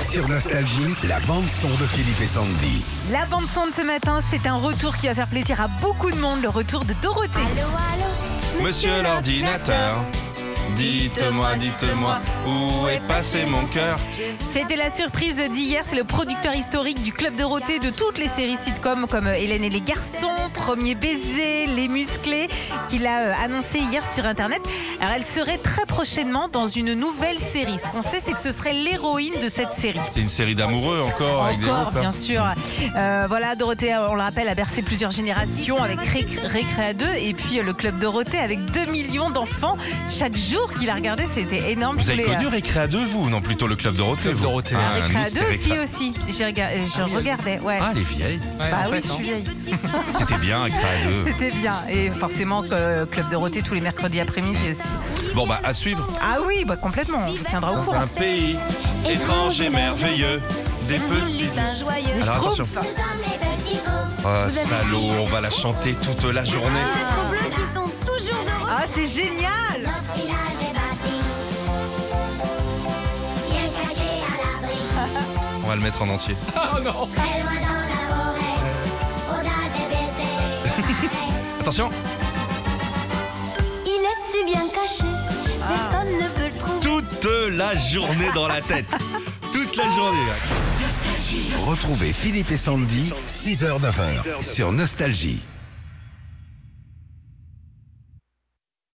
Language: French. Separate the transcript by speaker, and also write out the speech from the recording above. Speaker 1: Sur Nostalgie, la bande-son de Philippe et Sandy.
Speaker 2: La bande son de ce matin, c'est un retour qui va faire plaisir à beaucoup de monde, le retour de Dorothée.
Speaker 3: Monsieur l'ordinateur, dites-moi, dites-moi, où est passé mon cœur
Speaker 2: C'était la surprise d'hier, c'est le producteur historique du Club Dorothée de toutes les séries sitcoms comme euh, Hélène et les garçons, Premier baiser, Les musclés, qu'il a euh, annoncé hier sur Internet. Alors elle serait très prochainement dans une nouvelle série. Ce qu'on sait, c'est que ce serait l'héroïne de cette série.
Speaker 3: C'est une série d'amoureux encore, avec des
Speaker 2: Encore,
Speaker 3: groupes, hein.
Speaker 2: bien sûr. Euh, voilà, Dorothée, on le rappelle, a bercé plusieurs générations avec Ré- Récréa 2 et puis euh, le club Dorothée avec 2 millions d'enfants. Chaque jour qu'il a regardé, c'était énorme. euh,
Speaker 3: Vous
Speaker 2: Tous
Speaker 3: avez
Speaker 2: les,
Speaker 3: connu Récréa 2, vous Non, plutôt le Club Dorothée.
Speaker 4: Club
Speaker 3: vous.
Speaker 4: Dorothée.
Speaker 2: euh,
Speaker 3: Ah,
Speaker 2: Récréa
Speaker 3: nous,
Speaker 2: 2
Speaker 3: c'était
Speaker 2: aussi,
Speaker 3: Récréa-
Speaker 2: aussi. J'ai rega- euh, Je regardais, ouais.
Speaker 3: Ah, les vieilles.
Speaker 2: bah
Speaker 4: en fait,
Speaker 2: oui, je suis
Speaker 4: hein.
Speaker 2: vieille.
Speaker 3: C'était bien, Récréa 2.
Speaker 2: C'était bien. Et forcément, que euh, Club Dorothée tous les mercredis après-midi aussi.
Speaker 3: Bon, bah, à suivre.
Speaker 2: Ah oui, bah complètement. On vous tiendra au courant.
Speaker 3: Un pays étrange et merveilleux, des
Speaker 5: Ah,
Speaker 3: petites...
Speaker 5: joyeux.
Speaker 3: Alors, attention.
Speaker 5: Nous sommes les petits gros.
Speaker 3: Oh, salaud, on va la chanter toute la journée.
Speaker 5: Ah. Ces gros bleus qui sont toujours heureux.
Speaker 2: Ah, c'est génial!
Speaker 5: Notre village est bâti. Bien caché à l'abri.
Speaker 3: Ah. On va le mettre en entier.
Speaker 5: Très loin dans la forêt.
Speaker 3: Ah.
Speaker 5: Au-delà des baisers.
Speaker 3: Attention
Speaker 5: Il est si bien caché.
Speaker 3: Ah.
Speaker 5: Personne ne peut le trouver.
Speaker 3: Toute la journée dans la tête. Toute la journée.
Speaker 1: Retrouvez Philippe et Sandy, 6h-9h, sur Nostalgie.